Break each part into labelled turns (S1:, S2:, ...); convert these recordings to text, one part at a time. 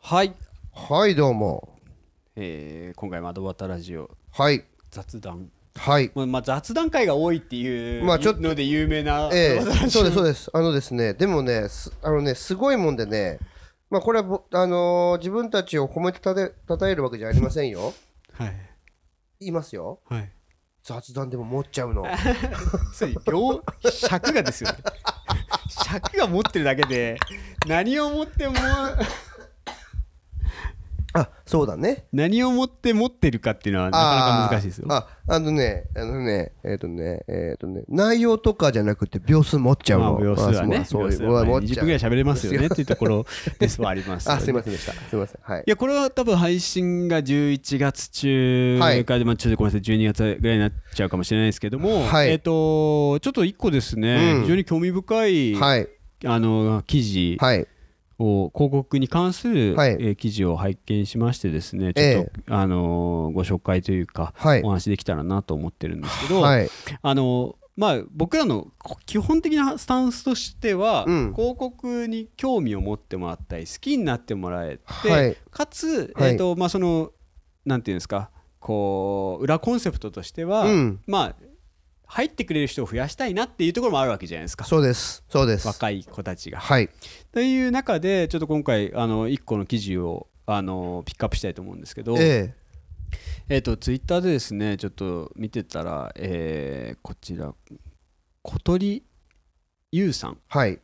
S1: はい、
S2: はいどうも
S1: えー、今回窓端ラジオ
S2: はい
S1: 雑談、
S2: はい
S1: まあまあ、雑談会が多いっていう
S2: まあちょっと
S1: ので有名な
S2: ええ
S1: 窓端ラジ
S2: そう
S1: オ
S2: ですそうですあのですねでもねすあのねすごいもんでねまあこれはぼあのー自分たちを褒めてたで称えるわけじゃありませんよ
S1: はい
S2: 言いますよ
S1: はい
S2: 雑談でも持っちゃ うの
S1: それ両尺がですよね 尺が持ってるだけで何を持っても
S2: あそうだね
S1: 何を持って持ってるかっていうのはなかなか難しいですよ
S2: あーああのねあのねえっ、とねえっ、とね内容とかじゃなくて秒数持っちゃう
S1: ま
S2: の、
S1: あ、秒数はね、
S2: あそう
S1: 秒数
S2: そう
S1: は
S2: は
S1: ま
S2: 持
S1: あ
S2: っ
S1: 20
S2: ちゃ
S1: 分
S2: う
S1: ぐらい喋れますよねっていうところですはありますよね。
S2: あすいませんでしたすいませんはい
S1: いやこれは多分配信が11月中か、
S2: はい
S1: まあ、ちょっとごめんなさい12月ぐらいになっちゃうかもしれないですけども、
S2: はい
S1: えっ、とちょっと一個ですね、
S2: うん
S1: 非常に興味深い、
S2: はい
S1: あの記事
S2: はい
S1: を広告に関する、
S2: はい
S1: えー記事を拝見しましてですねちょっと、あのご紹介というか、
S2: はい
S1: お話できたらなと思ってるんですけど、
S2: はい
S1: あのまあ、僕らのこ基本的なスタンスとしては、
S2: うん
S1: 広告に興味を持ってもらったり好きになってもらえて、
S2: はい
S1: かつ、
S2: はい
S1: えーとまあ、そのなんていうんですかこう裏コンセプトとしては、
S2: うん
S1: まあ、入ってくれる人を増やしたいなっていうところもあるわけじゃないですか
S2: そうですそうです
S1: 若い子たちが。
S2: はい
S1: という中でちょっと今回あの1個の記事をあのピックアップしたいと思うんですけど、
S2: え
S1: えっ、と、ツイッターでですね、ちょっと見てたら、えーこちら、小鳥優さん。
S2: えはい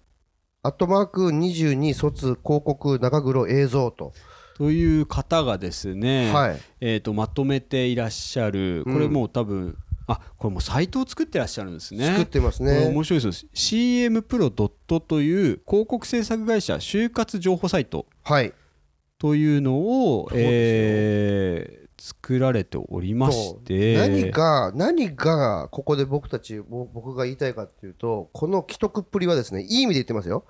S2: アットマーク22卒広告中黒映像と、
S1: という方がですね、
S2: はい
S1: えー、とまとめていらっしゃるこれ
S2: うん
S1: もう多分、あこれもうサイトを作ってらっしゃるんですね
S2: 作ってます
S1: これ
S2: ね
S1: 面白いですよ CM プロドットという広告制作会社就活情報サイト
S2: はい
S1: というのを
S2: そうですよ
S1: えー作られておりまし
S2: そう
S1: て
S2: 何が何がここで僕たちぼ僕が言いたいかっていうとこの既得っぷりはですねいい意味で言ってますよ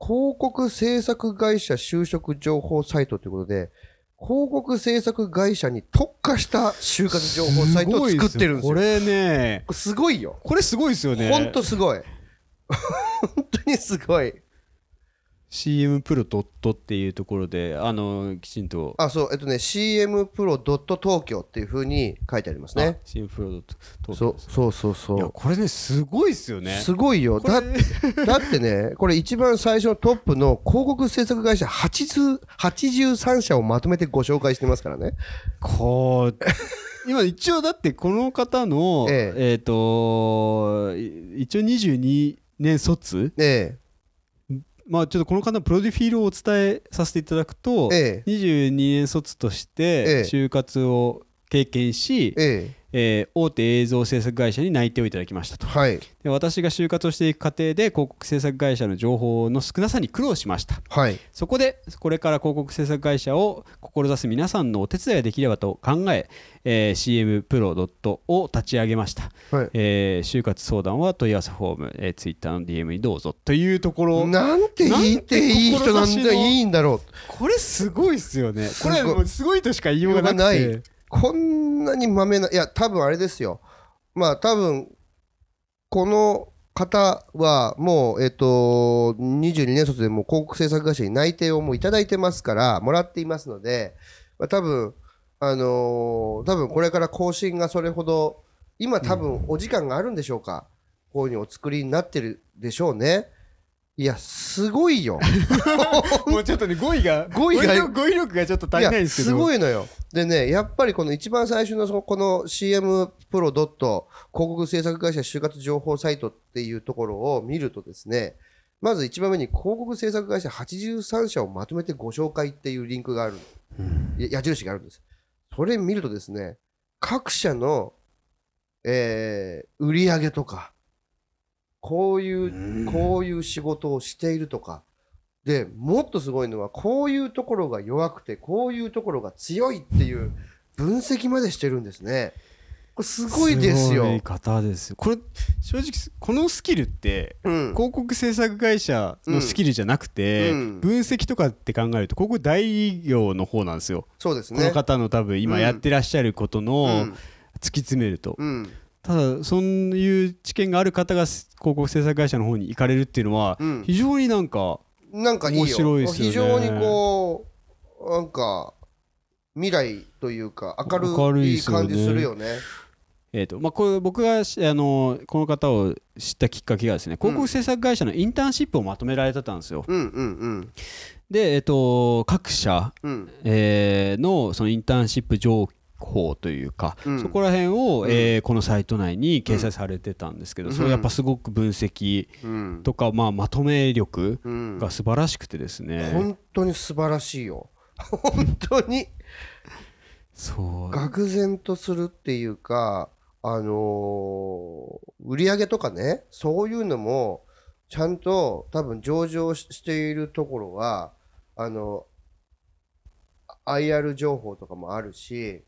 S2: 広告制作会社就職情報サイトということで広告制作会社に特化した就活情報サイトを作ってるんです
S1: ご
S2: よ
S1: いですよこれね
S2: すごいよ
S1: これすごいですよね
S2: ほんとすごい 本当にすごい
S1: CM プロドットっていうところであのきちんと
S2: あそうえっとね CM プロドット東京っていうふうに書いてありますね
S1: あ CM プロドット
S2: そうそうそうそ
S1: いや
S2: う
S1: これねすごいですよね
S2: すごいよ
S1: これ
S2: だだってね、これ一番最初のトップの広告制作会社80 83社をまとめてご紹介してますからね。
S1: こう今一応だってこの方の
S2: え
S1: えっ、とい一応22年卒
S2: え
S1: まあちょっとこの方のプロディフィールをお伝えさせていただくと、
S2: え
S1: 22年卒として
S2: ええ
S1: 就活を経験し
S2: え、、え
S1: えー大手映像制作会社に内定をいただきました
S2: え、
S1: と
S2: はい、
S1: で私が就活をしていく過程で広告制作会社の情報の少なさに苦労しました
S2: はい、
S1: そこでこれから広告制作会社を志す皆さんのお手伝いができればと考ええー CM プロドットを立ち上げました、
S2: はい。
S1: えー就活相談は問い合わせフォーム、えー、Twitter の DM にどうぞというところ
S2: なんて言っていい人なんでいいんだろう。
S1: これすごいっすよね
S2: す
S1: こ
S2: ごい
S1: れもうすごいとしか言いようがなく
S2: 言いようが
S1: て
S2: こんなにまめな、いや、多分あれですよ。まあ、多分この方はもう、えっと、22年卒でもう広告制作会社に内定をもういただいてますから、もらっていますので、まあ、多分あのー多分これから更新がそれほど、今多分お時間があるんでしょうか。こういうふうにお作りになってるでしょうね。いや、すごいよ。
S1: もうちょっとね語彙が
S2: 語彙が
S1: 力語彙力がちょっと足りないんですけど
S2: いやすごいのよでねやっぱりこの一番最初のそのこの CM プロドット広告制作会社就活情報サイトっていうところを見るとですねまず一番目に広告制作会社83社をまとめてご紹介っていうリンクがある、や矢印があるんですそれ見るとですね各社の、えー売り上げとかこういうこういう仕事をしているとか、でもっとすごいのは、こういうところが弱くて、こういうところが強いっていう分析までしてるんですね。これすごいですよ。
S1: すごい方ですよこれ正直このスキルって
S2: うん、
S1: 広告制作会社のスキルじゃなくて、
S2: うん
S1: 分析とかって考えるとここ大業の方なんですよ、
S2: そうです
S1: この
S2: ね。
S1: 方の多分今やってらっしゃること
S2: う
S1: の
S2: ん
S1: 突き詰めると、
S2: うん
S1: ただそういう知見がある方が広告制作会社の方に行かれるっていうのは
S2: うん
S1: 非常になんか
S2: なんかいいよ
S1: 面白いですよね
S2: 非常にこうなんか未来というか
S1: 明
S2: 明
S1: る
S2: る
S1: い
S2: い
S1: ですよね
S2: 感じするよね。
S1: えーとまあ、これ僕がしあのこの方を知ったきっかけがですね広告制作会社のインターンシップをまとめられてたんですよ。
S2: うんうんうん
S1: で、えー、と各社、
S2: うん
S1: えーのそのインターンシップ情報というか、
S2: うん
S1: そこら辺を、
S2: うん
S1: えーこのサイト内に掲載されてたんですけど、
S2: うん
S1: それやっぱすごく分析
S2: うん
S1: とか、まあ、まとめ力
S2: うん
S1: が素晴らしくてですね、
S2: 本当に素晴らしいよ。本当に
S1: そう
S2: 愕然とするっていうか、あのー売り上げとかね、そういうのも、ちゃんと多分上場ししているところは、あの、IR 情報とかもあるし、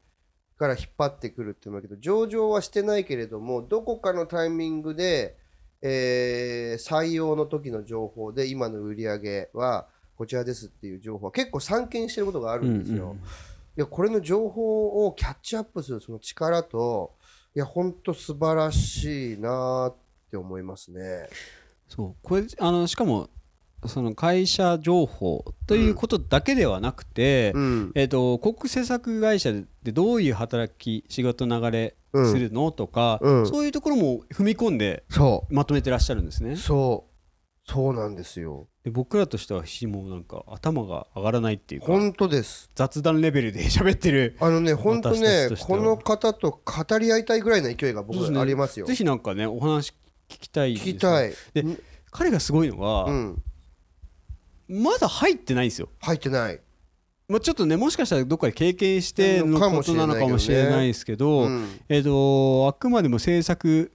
S2: から引っ張ってくるっていうのだけど、上場はしてないけれども、どこかのタイミングで、えー採用の時の情報で、今の売り上げはこちらですっていう情報は結構散見してることがあるんですよ。
S1: うんうん
S2: いやこれの情報をキャッチアップするその力といや本当素晴らしいなーって思いますね。
S1: そうこれあのしかもその会社情報ということだけではなくて、
S2: うん
S1: えー、と広告制作会社でどういう働き仕事流れ
S2: うん
S1: するのとか、
S2: うん
S1: そういうところも踏み込んで
S2: そ
S1: まとめてらっしゃるんですね
S2: う。そうそうなんですよ。
S1: で僕らとしては必死もうなんか頭が上がらないっていうか
S2: 本当です。
S1: 雑談レベルで 喋ってる
S2: あのね本当
S1: 私た
S2: ね
S1: ちとしては
S2: この方と語り合いたいぐらいの勢いが僕
S1: そうですね
S2: ありますよ。
S1: ぜひなんかねお話聞きたいんです
S2: 聞
S1: よ
S2: きたい。
S1: で彼がすごいのが、
S2: うん
S1: まだ入ってないんですよ、
S2: 入ってない。
S1: まあ、ちょっとねもしかしたらどっかで経験しての
S2: か
S1: こ
S2: も
S1: と
S2: しれ
S1: な
S2: ないけどね
S1: のかもしれないですけど、
S2: うん
S1: えっ、とあくまでも制作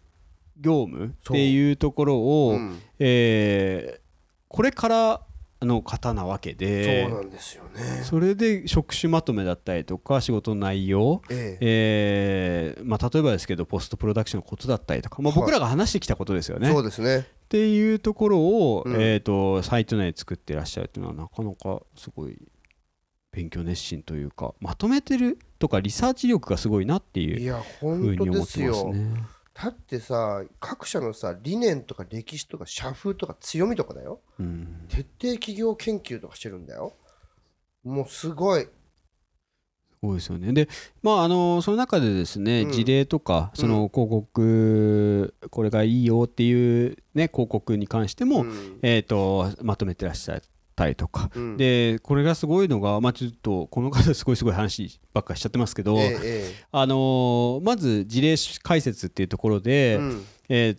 S1: 業務っていうところを、
S2: うん
S1: えーこれからの方なわけで
S2: そうなんですよね。
S1: それで職種まとめだったりとか仕事の内容、
S2: ええ
S1: えーまあ、例えばですけどポストプロダクションのことだったりとか、まあ、
S2: はい
S1: 僕らが話してきたことですよね。
S2: そう
S1: っ
S2: ですね。
S1: ていうところを、
S2: うん
S1: えー、とサイト内で作ってらっしゃるというのはなかなかすごい勉強熱心というかまとめてるとかリサーチ力がすごいなって
S2: い
S1: いう
S2: や
S1: ふ
S2: 本
S1: う
S2: 当
S1: に思
S2: で
S1: っ
S2: す
S1: てます
S2: よ。
S1: ね。
S2: だってさ各社のさ理念とか歴史とか社風とか強みとかだよ
S1: うん、
S2: 徹底企業研究とかしてるんだよもうすごい
S1: すごいですよねでまああのその中でですね、
S2: うん
S1: 事例とかその広告、これがいいよっていう、ね、広告に関しても、
S2: ん
S1: えー、とまとめてらっしゃったりとか、
S2: うん
S1: でこれがすごいのが、まあ、ちょっとこの方すごいすごい話ばっかりしちゃってますけど、
S2: えええ
S1: あのーまず事例解説っていうところ
S2: え
S1: で、
S2: うん
S1: えー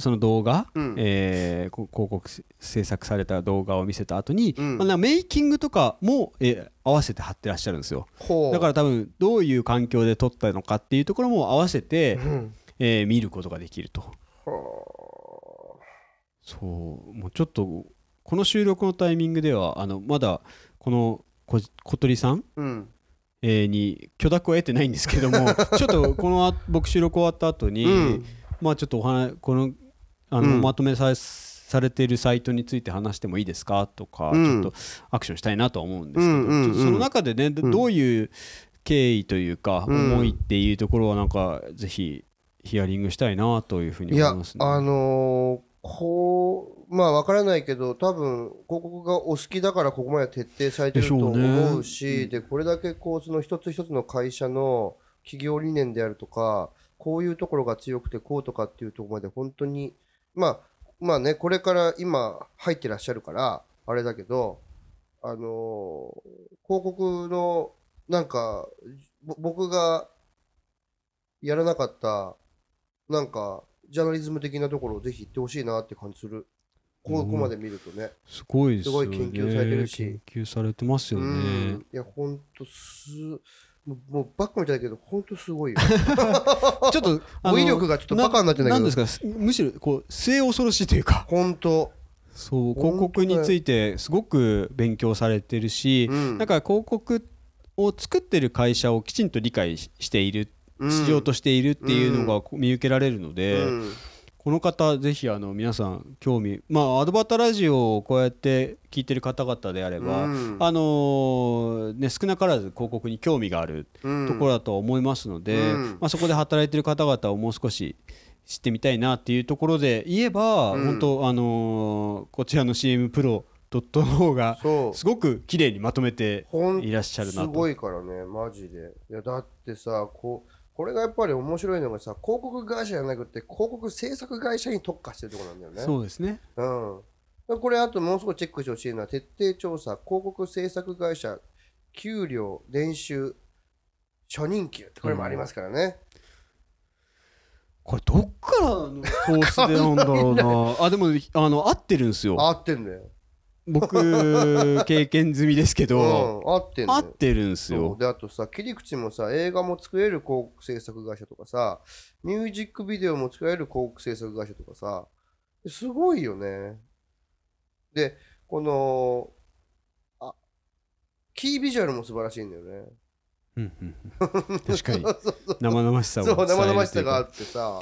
S1: その動画、
S2: うん
S1: えーこ広告制作された動画を見せた後に、
S2: うん
S1: まあなメイキングとかも、えー合わせて貼ってらっしゃるんですよ
S2: ほう
S1: だから多分どういう環境で撮ったのかっていうところも合わせて、
S2: うん
S1: えー見ることができると
S2: ほ
S1: そうもうちょっとこの収録のタイミングではあのまだこのこ小鳥さん
S2: ううん
S1: えーに許諾を得てないんですけど もちょっとこのあ僕収録終わった後に、
S2: うん
S1: まあちょっとお話このあの、
S2: うん
S1: まとめさされているサイトについて話してもいいですかとか、
S2: うん
S1: ちょっとアクションしたいなとは思うんですけど、
S2: うんうんうん
S1: ちょっとその中でね、ど
S2: うん
S1: どういう経緯というか、
S2: うん
S1: 思いっていうところはなんかぜひヒアリングしたいなというふうに
S2: い
S1: 思
S2: や
S1: い
S2: あの
S1: ますね。
S2: ーこうまあわからないけど多分広告がお好きだからここまで徹底されてると
S1: でしょうね
S2: 思うしでこれだけこうその一つ一つの会社の企業理念であるとかこういうところが強くてこうとかっていうところまで本当にまあまあねこれから今入ってらっしゃるからあれだけどあのー広告のなんかぼ僕がやらなかったなんかジャーナリズム的なところをぜひ行ってほしいなって感じするこここまで見るとね、
S1: すごいですよね。
S2: すごい研究されてるし
S1: 研究されてますよね。
S2: うんいやほんとすもうもうバックみたいだけどほんとすごいよ
S1: ちょっと あの
S2: 語彙力がちょっとバカになってんだ
S1: な
S2: け
S1: ん
S2: ど
S1: ですかすむしろこう末恐ろしいというか
S2: ほんと、
S1: そう
S2: 本当だよ
S1: 広告についてすごく勉強されてるし、
S2: うん、
S1: なんか広告を作ってる会社をきちんと理解ししている
S2: うん
S1: しようとしているっていうのがこう見受けられるので、
S2: うん
S1: この方ぜひあの皆さん興味まあアドバタラジオをこうやって聞いてる方々であれば、
S2: うん
S1: あのーね、少なからず広告に興味がある
S2: うん
S1: ところだとは思いますので、
S2: うん
S1: まあ、そこで働いてる方々をもう少し知ってみたいなっていうところで言えば、
S2: うん
S1: 本当、あのーこちらの CM プロドットの方が
S2: そう
S1: すごく綺麗にまとめて
S2: ほん
S1: いらっしゃるな
S2: す
S1: と
S2: ごいからねマジでいやだってさこうこれがやっぱり面白いのがさ広告会社じゃなくて広告制作会社に特化してるところなんだよね
S1: そうですね
S2: うん、これあともうすごいチェックしてほしいのは徹底調査広告制作会社給料年収初任給これもありますからね、
S1: これどっからのソースでなんだろう なあでもあの合ってるんですよ
S2: 合ってんだよ、
S1: 僕経験済みですけ
S2: う
S1: ど、
S2: ん、合ってんだ
S1: 合
S2: よ
S1: ってるんです
S2: そう
S1: よ
S2: であとさ切り口もさ映画も作れる広告制作会社とかさミュージックビデオも作れる広告制作会社とかさすごいよねでこのあキービジュアルも素晴らしいんだよね
S1: うんうんうん確かに生々しさを
S2: そう
S1: 伝えるとい
S2: 生
S1: うか
S2: 々しさがあってさ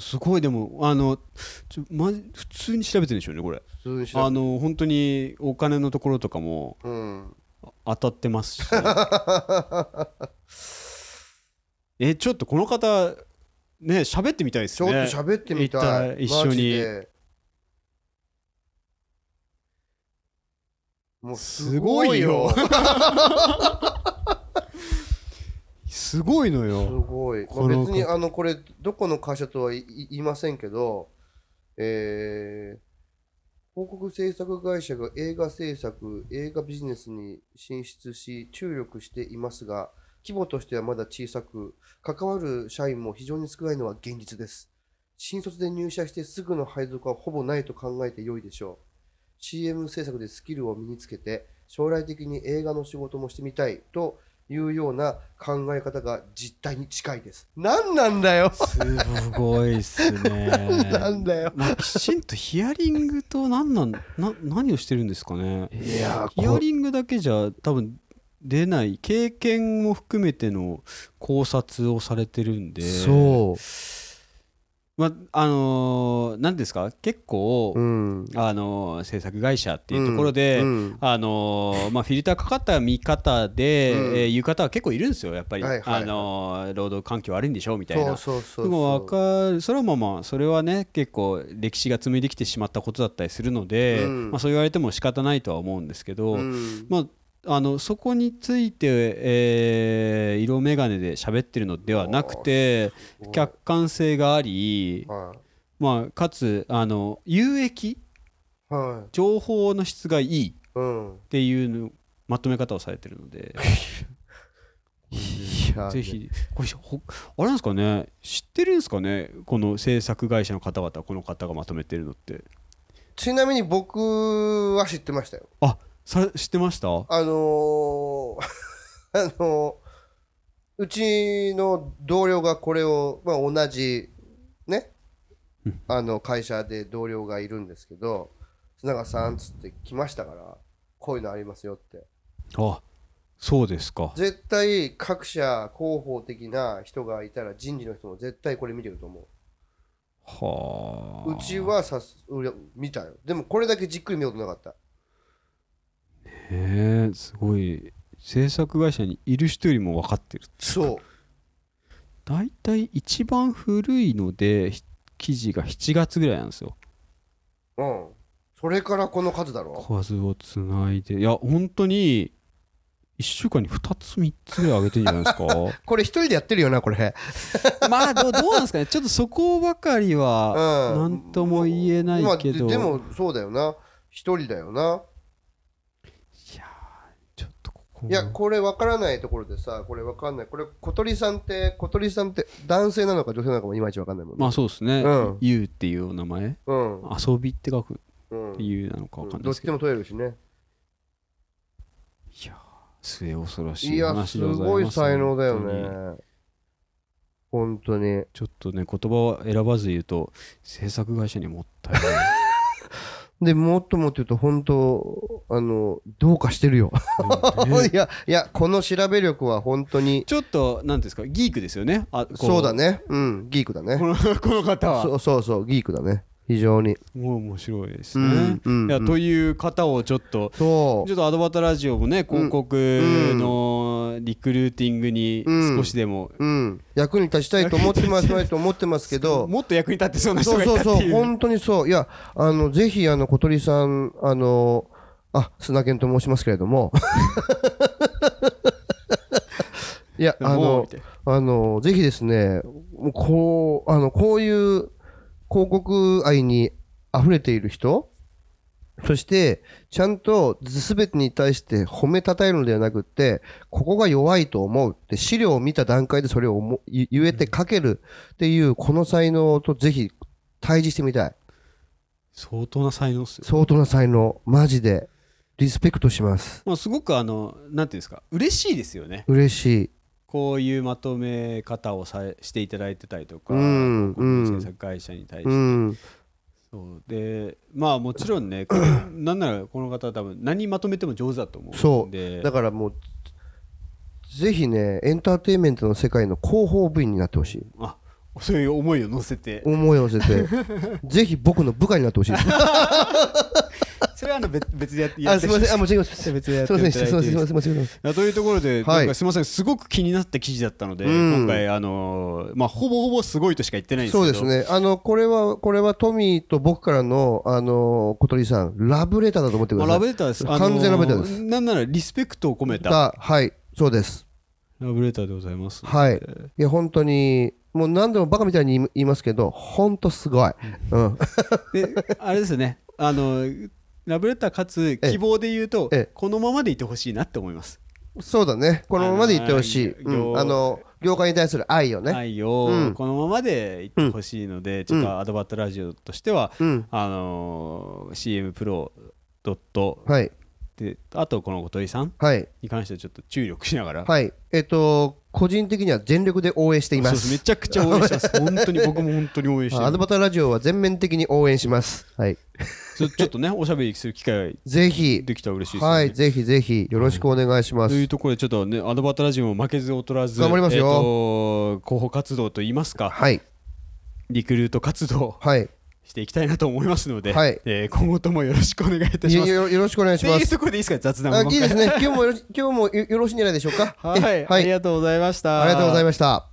S1: すごいでもあのちょ、ま、普通に調べてるんでしょうねこれ
S2: 普通にし
S1: あ
S2: な
S1: の本当にお金のところとかも
S2: うん
S1: 当たって ますしえちょっとこの方ね喋ってみたいです
S2: ちょっ
S1: ね
S2: と喋ってみたい。
S1: 一旦一緒に
S2: マジでもうすごいよ。す
S1: すごいのよ
S2: ごい。ま
S1: こ
S2: あ、
S1: の
S2: 別にあのこれどこの会社とは言い言いませんけど、えー広告制作会社が映画制作、映画ビジネスに進出し、注力していますが、規模としてはまだ小さく、関わる社員も非常に少ないのは現実です。新卒で入社してすぐの配属はほぼないと考えて良いでしょう。CM 制作でスキルを身につけて、将来的に映画の仕事もしてみたいというような考え方が実態に近いです。何なんだよ
S1: すごいっす
S2: な
S1: ね
S2: んだよ
S1: まあ、きちんとヒアリングと何なんな何をしてるんですかね
S2: いやー
S1: ヒアリングだけじゃ多分出ない経験も含めての考察をされてるんでまああのーなんですか結構、
S2: うん。っ
S1: あのー制作会社っていうところで、あのーまあ、フィルターかかった見方で、
S2: うん
S1: えー言う方は結構いるんですよやっぱり、
S2: はいはいはい
S1: あのー労働環境悪いんでしょみたい
S2: そう
S1: な。
S2: そうそうそう。
S1: でも分かるそれはまあまあそれはね結構歴史が紡いできてしまったことだったりするので、
S2: うん
S1: まあ、そう言われても仕方ないとは思うんですけど、
S2: うん
S1: まあ、あのそこについて、えー色眼鏡で喋ってるのではなくて
S2: ごい
S1: 客観性があり、
S2: はい
S1: まあ、かつあの有益
S2: はい。
S1: 情報の質がいいっ
S2: うん。
S1: ていうのまとめ方をされてるので
S2: いや
S1: ぜ。ひこれほあれなんですかね知ってるんですかねこの制作会社の方々この方がまとめてるのって
S2: ちなみに僕は知ってましたよ。
S1: あさ知ってましたは
S2: あのーあのーうちの同僚がこれを、まあ、同じね
S1: うん
S2: あの会社で同僚がいるんですけど砂川さんっつって来ましたからこういうのありますよって
S1: あそうですか
S2: 絶対各社広報的な人がいたら人事の人も絶対これ見てると思
S1: は
S2: う
S1: あ
S2: うちはさすうりゃ見たよでもこれだけじっくり見たことなかった
S1: へえすごい制作会社にいる人よりも分かってる
S2: そう
S1: 大体一番古いのでひ記事が7月ぐらいなんですよ
S2: うんそれからこの数だろ
S1: 数をつないでいや本当に1週間に2つ3つぐらい上げてんじゃないですか
S2: これ一人でやってるよなこれ
S1: まあどうどうなんですかねちょっとそこばかりは
S2: う
S1: なんとも言えないけど
S2: まあででもそうだよな一人だよない
S1: やーちょっとここ
S2: いやこれ分からないところでさこれ分かんないこれ小鳥さんって小鳥さんって男性なのか女性なのかもいまいち分かんないもんね、
S1: まあそうですね
S2: う
S1: 「
S2: ん
S1: ゆ、うっていうお名前
S2: うん
S1: 遊びって書く
S2: うん
S1: っていうなのかわかんないで
S2: どっ
S1: す
S2: ち
S1: け
S2: で
S1: ど
S2: も取れるしね
S1: いやー末恐ろし
S2: い
S1: い
S2: や
S1: 話
S2: す
S1: でございます
S2: ごい才能だよ
S1: 本当に
S2: ね本当に
S1: ちょっとね言葉を選ばず言うと制作会社にもったいない
S2: でもっともっと言うと本当あのどうかしてるよ
S1: でもね
S2: いやいやこの調べ力は本当に
S1: ちょっと何ですかギークですよねあこ
S2: そうだねうんギークだね
S1: この この方は
S2: そうそうそうギークだね非常に。
S1: もう面白いです
S2: う
S1: ね。
S2: んうん
S1: いや
S2: うん
S1: という方をちょっと
S2: そ
S1: ちょっとアドバタラジオもね広告のリクルーティングに
S2: うん
S1: 少しでも、
S2: う、うん、役に立ちたいと思ってますと思ってますけど、
S1: もっと役に立ってそうな人
S2: そう
S1: がいた
S2: そ
S1: っ
S2: う
S1: て
S2: そう、
S1: いう
S2: 本当にそう、いや、あのぜひあの小鳥さん、あのあ砂犬と申しますけれ ども、いや、
S1: も
S2: あ
S1: う
S2: の
S1: みたいな
S2: あのぜひですね、もうこうあのこういう広告愛に溢れている人、そして、ちゃんと全てに対して褒めたたえるのではなくって、ここが弱いと思うって、資料を見た段階でそれを思言言えて書けるっていう、この才能とぜひ対峙してみたい。
S1: 相当な才能っすよ、
S2: 相当な才能、マジで、リスペクトします。
S1: まあ、すごくあのなんていうんですか嬉しいですよね
S2: 嬉しい。
S1: こういうまとめ方をさしていただいてたりとか、
S2: う
S1: 広
S2: ん
S1: 告の制作会社に対して、
S2: うん。
S1: そうでまあもちろん ねこなんならこの方多分何まとめても上手だと思う
S2: そ
S1: ん
S2: う
S1: で
S2: だからもう、ぜひね、エンターテインメントの世界の広報部員になってほしい。
S1: あそういう思いを乗せて
S2: 思いを寄せて、ぜひ僕の部下になってほしいです。
S1: それはあの別別でやってや
S2: あ、
S1: っ
S2: す
S1: て
S2: みません。あ、もう違います。す
S1: 別
S2: みま
S1: 別でやってい
S2: せ
S1: ただ
S2: ん。
S1: いて
S2: す
S1: い
S2: み
S1: い
S2: ません。
S1: ですす
S2: み
S1: かい
S2: ません。すみません。
S1: やというところで、
S2: はい
S1: なんかすみません、すごく気になった記事だったので、
S2: うん
S1: 今回、あのーまあ、ほぼほぼすごいとしか言ってないんですけ
S2: そ
S1: ど、
S2: うですね。あの、これは、これはトミーと僕からの、あの、小鳥さん、ラブレターだと思ってく
S1: まあ、
S2: ださ
S1: ラ
S2: い。
S1: ブレターです、
S2: 完全ラブレターです
S1: なんならリスペクトを込めた
S2: だはい、そうです。
S1: ラブレターでございます。
S2: はい。いや、本当に、もう何でもバカみたいに言い言いますけど、本当すごい。うん。
S1: で、あれですよね、あのーラブレターかつ
S2: ええ
S1: 希望で言うと
S2: ええ、
S1: このままでいてほしいなって思います。
S2: そうだね。このままで言ってほしい。
S1: あの
S2: うんあの、業界に対する愛をね。
S1: 愛を
S2: うん
S1: このままでいってほしいので、ちょっとアドバットラジオとしては、
S2: うん。
S1: あのー、CM プロドット
S2: はい。
S1: で、あとこの後藤井さん
S2: はい。
S1: に関してはちょっと注力しながら、
S2: はい。えっと、個人的には全力で応援してい
S1: そ
S2: ま
S1: うですめ
S2: す。
S1: ちゃくちゃ応援して ます。本当に僕も本当に応援して
S2: あアド
S1: ま
S2: バタラジオは全面的に応援します。はい。
S1: す。ちょちょっとね、おしゃべりする機会
S2: ぜひ、
S1: できたら嬉しいですよね。
S2: はい、ぜひぜひよろしくお願いしま
S1: と
S2: す。
S1: いうところでちょっとね、アドバタラジオも負けず劣らず、
S2: 頑張りますよ
S1: えーと広報活動といいますか、
S2: はい、
S1: リクルート活動を
S2: はい、
S1: していきたいなと思いますので、
S2: はい
S1: えー今後ともよろしくお願いいたしま
S2: よ
S1: す。っ
S2: よよろしくお願い
S1: て
S2: し
S1: い
S2: ま
S1: う
S2: す。
S1: ところでいいですか、雑談
S2: あ
S1: も
S2: いいですね。今日もよろし今日もよよろしいんじゃないでしょうか。
S1: はい、
S2: は
S1: あ
S2: い、
S1: り
S2: あ
S1: がとうございました。
S2: りがとうございました。